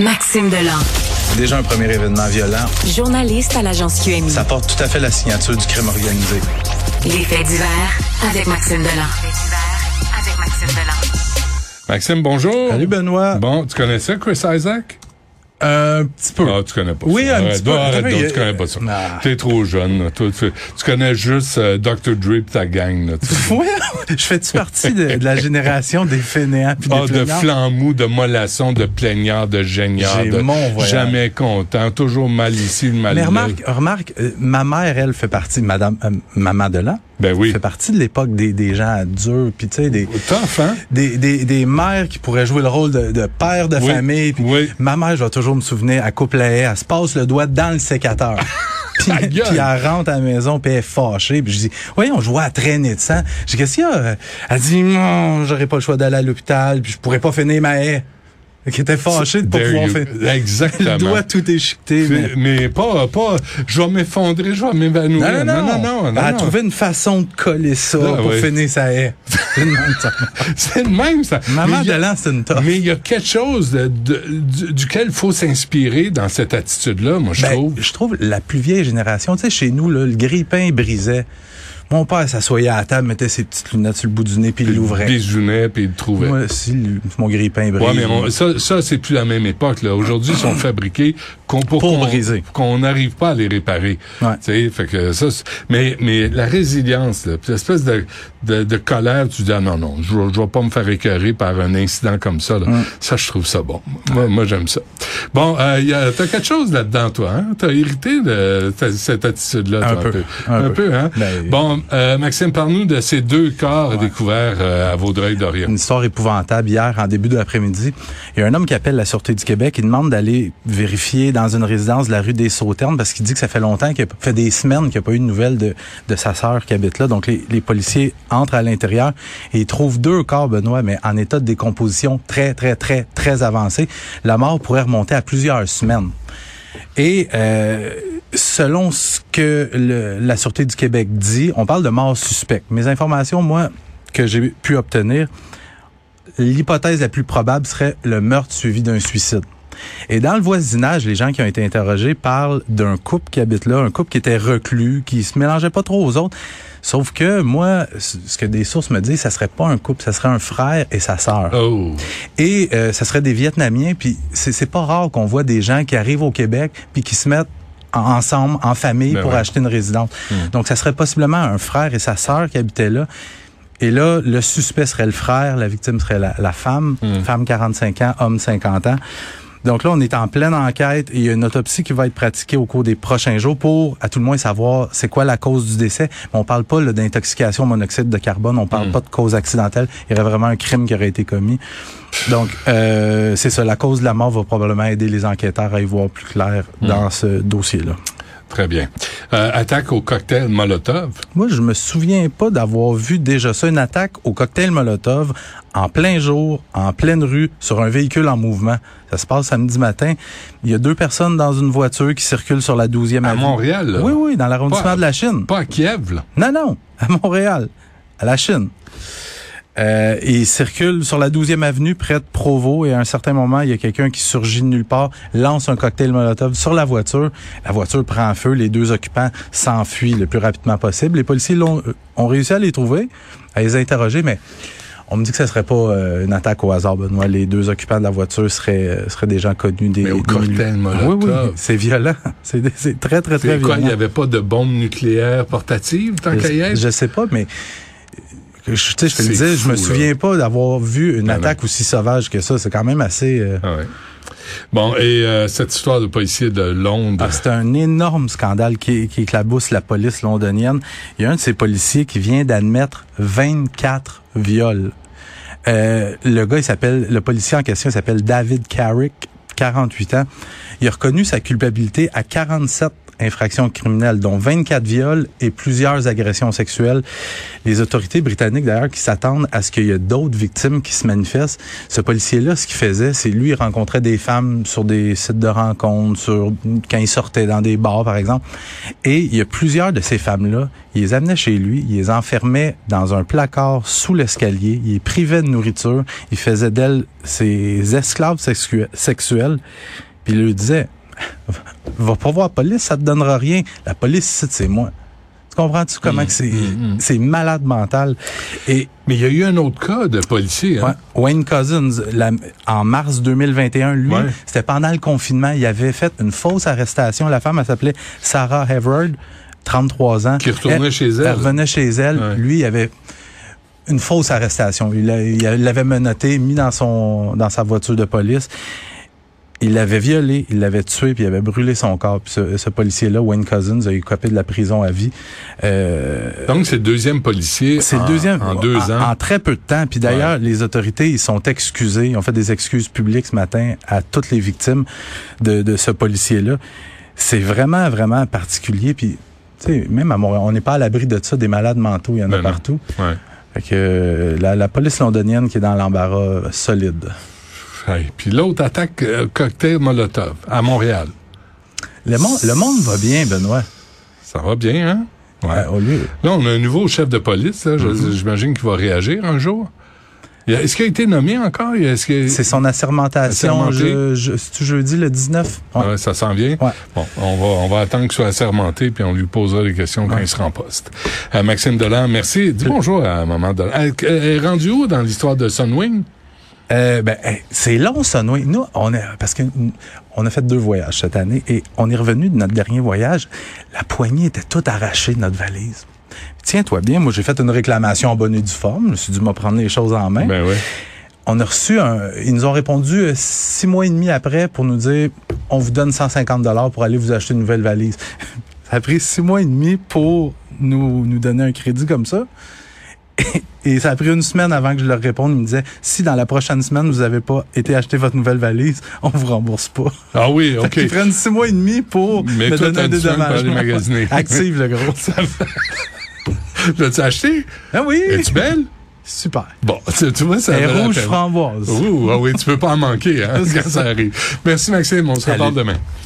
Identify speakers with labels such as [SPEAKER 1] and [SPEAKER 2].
[SPEAKER 1] Maxime Delan.
[SPEAKER 2] Déjà un premier événement violent.
[SPEAKER 1] Journaliste à l'agence QMI.
[SPEAKER 2] Ça porte tout à fait la signature du crime organisé.
[SPEAKER 1] Les faits divers avec Maxime Delan. Les faits divers avec Maxime Delan.
[SPEAKER 3] Maxime, bonjour.
[SPEAKER 2] Salut ben- Benoît.
[SPEAKER 3] Bon, tu connais ça, Chris Isaac?
[SPEAKER 2] Euh, un petit peu.
[SPEAKER 3] Non, tu connais pas
[SPEAKER 2] Oui,
[SPEAKER 3] ça.
[SPEAKER 2] un
[SPEAKER 3] Arrête
[SPEAKER 2] petit
[SPEAKER 3] donc,
[SPEAKER 2] peu.
[SPEAKER 3] arrête
[SPEAKER 2] Attends,
[SPEAKER 3] donc,
[SPEAKER 2] il y a-
[SPEAKER 3] tu connais pas ça.
[SPEAKER 2] Ah.
[SPEAKER 3] T'es trop jeune. là. Toi, tu, tu connais juste euh, Dr. Dre pis ta gang. Là, tu sais.
[SPEAKER 2] Ouais, je fais-tu partie de, de la génération des fainéants puis
[SPEAKER 3] Ah,
[SPEAKER 2] des
[SPEAKER 3] de
[SPEAKER 2] plaignards?
[SPEAKER 3] flambou, de mollasson, de plaignard, de géniard.
[SPEAKER 2] J'ai
[SPEAKER 3] de
[SPEAKER 2] mon voyage.
[SPEAKER 3] Jamais content, toujours mal ici, mal
[SPEAKER 2] Mais
[SPEAKER 3] là.
[SPEAKER 2] remarque, remarque, euh, ma mère, elle fait partie, Madame, euh, Maman Delan,
[SPEAKER 3] Ben oui.
[SPEAKER 2] fait partie de l'époque des, des gens durs, puis tu sais, des,
[SPEAKER 3] Tough, hein?
[SPEAKER 2] des, des, des mères qui pourraient jouer le rôle de, de père de
[SPEAKER 3] Oui,
[SPEAKER 2] famille. puis
[SPEAKER 3] oui.
[SPEAKER 2] Ma mère, je vais toujours me souvenir, elle coupe la haie, elle se passe le doigt dans le sécateur. Puis,
[SPEAKER 3] Ta gueule!
[SPEAKER 2] puis elle rentre à la maison, puis elle est fâchée. Puis je dis, voyons, je vois à traîner de sang. Je dis, qu'est-ce qu'il y a? Elle dit, non, j'aurais pas le choix d'aller à l'hôpital, puis je pourrais pas finir ma haie. Qui était fâchée Ah, de pas
[SPEAKER 3] There
[SPEAKER 2] pouvoir
[SPEAKER 3] you-
[SPEAKER 2] finir.
[SPEAKER 3] Exactement.
[SPEAKER 2] Le doigt tout échiqueté. mais-
[SPEAKER 3] Mais, mais pas, pas, je vais m'effondrer, je vais m'évanouir.
[SPEAKER 2] Non, Ah, non, non.
[SPEAKER 3] non, non, non,
[SPEAKER 2] elle a
[SPEAKER 3] non.
[SPEAKER 2] trouvé une façon de coller ça
[SPEAKER 3] Ah,
[SPEAKER 2] pour
[SPEAKER 3] oui.
[SPEAKER 2] finir sa haie. C'est le même temps.
[SPEAKER 3] C'est le même, ça. Mais
[SPEAKER 2] Maman
[SPEAKER 3] il y a-
[SPEAKER 2] Delan, c'est une toffe.
[SPEAKER 3] Mais il y a quelque chose de- de- du- duquel il faut s'inspirer dans cette attitude-là, moi, je
[SPEAKER 2] Ben,
[SPEAKER 3] trouve.
[SPEAKER 2] je trouve la plus vieille génération, tu sais, chez nous, là, le grille-pain brisait. Mon père s'assoyait à la table, mettait ses petites lunettes sur le bout du nez, puis il l'ouvrait.
[SPEAKER 3] Bisounait, puis il trouvait.
[SPEAKER 2] Moi, si le- mon grille-pain brise.
[SPEAKER 3] Ouais, mais on- ça, ça c'est plus la même époque. Là. Aujourd'hui, ils sont fabriqués qu'on, pour,
[SPEAKER 2] Pour
[SPEAKER 3] qu'on,
[SPEAKER 2] briser.
[SPEAKER 3] qu'on n'arrive pas à les réparer.
[SPEAKER 2] Ouais.
[SPEAKER 3] Tu sais, fait que ça, c'est- mais, mais la résilience, là, puis l'espèce de, de, de colère, tu dis ah, non non, je ne vais pas me faire écœurer par un incident comme ça. Là. Ça, je trouve ça bon. Moi, moi, j'aime ça. Bon, euh, il y a- t'as quelque chose là-dedans, toi. Hein? T'as irrité de, ta- cette attitude-là,
[SPEAKER 2] Un
[SPEAKER 3] toi,
[SPEAKER 2] peu,
[SPEAKER 3] un peu,
[SPEAKER 2] un peu.
[SPEAKER 3] hein.
[SPEAKER 2] Ben-
[SPEAKER 3] bon, euh, Maxime, parle-nous de ces deux corps découverts euh, à Vaudreuil-Dorion.
[SPEAKER 2] une histoire épouvantable hier en début de l'après-midi. Il y a un homme qui appelle la Sûreté du Québec. Il demande d'aller vérifier dans une résidence de la rue des Sauternes parce qu'il dit que ça fait longtemps, qu'il a, fait des semaines qu'il n'y a pas eu de nouvelles de, de sa sœur qui habite là. Donc, les, les policiers entrent à l'intérieur et ils trouvent deux corps, Benoît, mais en état de décomposition très, très, très, très avancé. La mort pourrait remonter à plusieurs semaines. Et euh, selon ce que le- la Sûreté du Québec dit, on parle de mort suspecte. Mes informations, moi, que j'ai pu obtenir, l'hypothèse la plus probable serait le meurtre suivi d'un suicide. Et dans le voisinage, les gens qui ont été interrogés parlent d'un couple qui habite là, un couple qui était reclus, qui se mélangeait pas trop aux autres. Sauf que moi, ce ce que des sources me disent, ça serait pas un couple, ça serait un frère et sa sœur.
[SPEAKER 3] Oh.
[SPEAKER 2] Et euh, ça serait des Vietnamiens. Puis c'est c'est pas rare qu'on voit des gens qui arrivent au Québec puis qui se mettent en- ensemble en famille
[SPEAKER 3] Ben
[SPEAKER 2] pour
[SPEAKER 3] ouais. Hmm.
[SPEAKER 2] acheter une résidence. Donc ça serait possiblement un frère et sa sœur qui habitaient là. Et là, le suspect serait le frère, la victime serait la, la femme,
[SPEAKER 3] Hmm.
[SPEAKER 2] femme 45 ans, homme 50 ans. Donc là, on est en pleine enquête et il y a une autopsie qui va être pratiquée au cours des prochains jours pour, à tout le moins, savoir c'est quoi la cause du décès. Mais on parle pas là, d'intoxication au monoxyde de carbone, on parle pas de cause accidentelle. Il y aurait vraiment un crime qui aurait été commis. Donc, euh, c'est ça. La cause de la mort va probablement aider les enquêteurs à y voir plus clair dans ce dossier-là.
[SPEAKER 3] Très bien. Euh, attaque au cocktail Molotov.
[SPEAKER 2] Moi, je me souviens pas d'avoir vu déjà ça, une attaque au cocktail Molotov en plein jour, en pleine rue, sur un véhicule en mouvement. Ça se passe samedi matin. Il y a deux personnes dans une voiture qui circulent sur la 12e
[SPEAKER 3] À
[SPEAKER 2] avenue.
[SPEAKER 3] Montréal, là.
[SPEAKER 2] Oui, oui, dans l'arrondissement
[SPEAKER 3] Pas-
[SPEAKER 2] de la Chine.
[SPEAKER 3] Pas à Kiev, là.
[SPEAKER 2] Non, non, à Montréal, à la Chine. Euh, et il circule sur la 12e avenue près de Provo et à un certain moment, il y a quelqu'un qui surgit de nulle part, lance un cocktail Molotov sur la voiture. La voiture prend feu, les deux occupants s'enfuient le plus rapidement possible. Les policiers l'ont- euh, ont réussi à les trouver, à les interroger, mais on me dit que ce serait pas euh, une attaque au hasard, Benoît. Les deux occupants de la voiture seraient, euh, seraient des gens connus des...
[SPEAKER 3] Mais au
[SPEAKER 2] des
[SPEAKER 3] cocktail
[SPEAKER 2] milieux.
[SPEAKER 3] Molotov.
[SPEAKER 2] Oui, oui, c'est violent. C'est c'est très, très, très
[SPEAKER 3] C'est quoi,
[SPEAKER 2] violent.
[SPEAKER 3] il n'y avait pas de bombe nucléaire portative tant qu'à y
[SPEAKER 2] Je,
[SPEAKER 3] être?
[SPEAKER 2] je sais pas, mais euh, je, tu sais, je te le
[SPEAKER 3] C'est
[SPEAKER 2] dis, je me
[SPEAKER 3] fou, là. Ben,
[SPEAKER 2] souviens pas d'avoir vu une attaque aussi sauvage que ça. C'est quand même assez. euh,
[SPEAKER 3] Ah ouais. Bon, et euh, cette histoire de policier de Londres.
[SPEAKER 2] ah, c'est un énorme scandale qui, qui éclabousse la police londonienne. Il y a un de ces policiers qui vient d'admettre 24 viols. Euh, le gars, il s'appelle, le policier en question, il s'appelle David Carrick, 48 ans. Il a reconnu sa culpabilité à 47 infractions criminelles, dont 24 viols et plusieurs agressions sexuelles. Les autorités britanniques, d'ailleurs, qui s'attendent à ce qu'il y ait d'autres victimes qui se manifestent. Ce policier-là, ce qu'il faisait, c'est lui, il rencontrait des femmes sur des sites de rencontres, sur, quand il sortait dans des bars, par exemple. Et il y a plusieurs de ces femmes-là, il les amenait chez lui, il les enfermait dans un placard sous l'escalier, il les privait de nourriture, il faisait d'elles ses esclaves sexu- sexuels, puis il lui disait, va pas voir la police, ça te donnera rien. La police, ici, c'est moi. Tu comprends-tu comment que c'est, c'est malade mental? Et
[SPEAKER 3] Mais il y a eu un autre cas de policier. Hein?
[SPEAKER 2] Ouais. Wayne Cousins, la- en mars 2021, lui,
[SPEAKER 3] Ouais.
[SPEAKER 2] c'était pendant le confinement, il avait fait une fausse arrestation. La femme, elle s'appelait Sarah Everard, 33 ans.
[SPEAKER 3] Qui retournait chez elle.
[SPEAKER 2] revenait chez elle.
[SPEAKER 3] Ouais.
[SPEAKER 2] Lui, il avait une fausse arrestation. Il l'a- il l'avait menotté, mis dans son dans sa voiture de police. Il l'avait violé, il l'avait tué, puis il avait brûlé son corps. Puis ce, ce policier-là, Wayne Cousins, a eu copé de la prison à vie. Euh,
[SPEAKER 3] Donc, c'est le deuxième policier
[SPEAKER 2] c'est
[SPEAKER 3] en,
[SPEAKER 2] le deuxième. Ah,
[SPEAKER 3] en deux
[SPEAKER 2] en,
[SPEAKER 3] ans.
[SPEAKER 2] en très peu de temps. Puis d'ailleurs, les autorités, ils sont excusés. Ils ont fait des excuses publiques ce matin à toutes les victimes de, de ce policier-là. C'est vraiment, vraiment particulier. Puis, tu sais, même à Montréal, on n'est pas à l'abri de ça. Des malades mentaux, il y en
[SPEAKER 3] Ben
[SPEAKER 2] a
[SPEAKER 3] non.
[SPEAKER 2] partout.
[SPEAKER 3] Ouais.
[SPEAKER 2] Fait que euh, la, la police londonienne qui est dans l'embarras euh, solide.
[SPEAKER 3] Ouais. Puis l'autre attaque euh, cocktail Molotov à Montréal.
[SPEAKER 2] Le, mon- le monde va bien, Benoît.
[SPEAKER 3] Ça va bien, hein? Ouais.
[SPEAKER 2] Euh, au lieu.
[SPEAKER 3] Là, on a un nouveau chef de police. là. Je-
[SPEAKER 2] Mhm.
[SPEAKER 3] J'imagine qu'il va réagir un jour. Il a- Est-ce qu'il a été nommé encore? Est-ce que
[SPEAKER 2] C'est son assermentation.
[SPEAKER 3] Assermenté.
[SPEAKER 2] Je, je, c'est-tu jeudi le 19? Ouais.
[SPEAKER 3] Ah Ouais, ça s'en vient?
[SPEAKER 2] Ouais.
[SPEAKER 3] Bon, on va, on va attendre qu'il soit assermenté, puis on lui posera les questions quand il sera en poste. Euh, Maxime Delan, merci. Dis bonjour à Maman Delan. Elle, elle est rendue où dans l'histoire de Sunwing?
[SPEAKER 2] Euh, ben, hey, c'est long, ça, Noé. Nous, on est, parce que mm, on a fait deux voyages cette année et on est revenu de notre dernier voyage. La poignée était toute arrachée de notre valise. Tiens-toi bien, moi, j'ai fait une réclamation en bonne et due forme. Je me suis dit, moi, prendre les choses en main.
[SPEAKER 3] Ben oui.
[SPEAKER 2] On a reçu un, ils nous ont répondu euh, six mois et demi après pour nous dire, on vous donne 150 dollars pour aller vous acheter une nouvelle valise. ça a pris six mois et demi pour nous, nous donner un crédit comme ça. Et ça a pris une semaine avant que je leur réponde. Ils me disaient, si dans la prochaine semaine, vous n'avez pas été acheter votre nouvelle valise, on vous rembourse pas.
[SPEAKER 3] Ah oui, OK.
[SPEAKER 2] Ils prennent six mois et demi pour
[SPEAKER 3] Mais
[SPEAKER 2] me
[SPEAKER 3] toi,
[SPEAKER 2] donner
[SPEAKER 3] t'as
[SPEAKER 2] un
[SPEAKER 3] une semaine pour
[SPEAKER 2] dédommagement.
[SPEAKER 3] aller magasiner.
[SPEAKER 2] Active, le gros.
[SPEAKER 3] L'as-tu acheté?
[SPEAKER 2] Ah oui!
[SPEAKER 3] Es-tu belle?
[SPEAKER 2] Super.
[SPEAKER 3] Bon, tu, tu vois, ça
[SPEAKER 2] Et
[SPEAKER 3] valait la
[SPEAKER 2] rouge
[SPEAKER 3] peine.
[SPEAKER 2] framboise.
[SPEAKER 3] Ouh, ah oui, tu peux pas en manquer hein, quand ça arrive. Merci Maxime, on se
[SPEAKER 2] Salut.
[SPEAKER 3] reparle demain.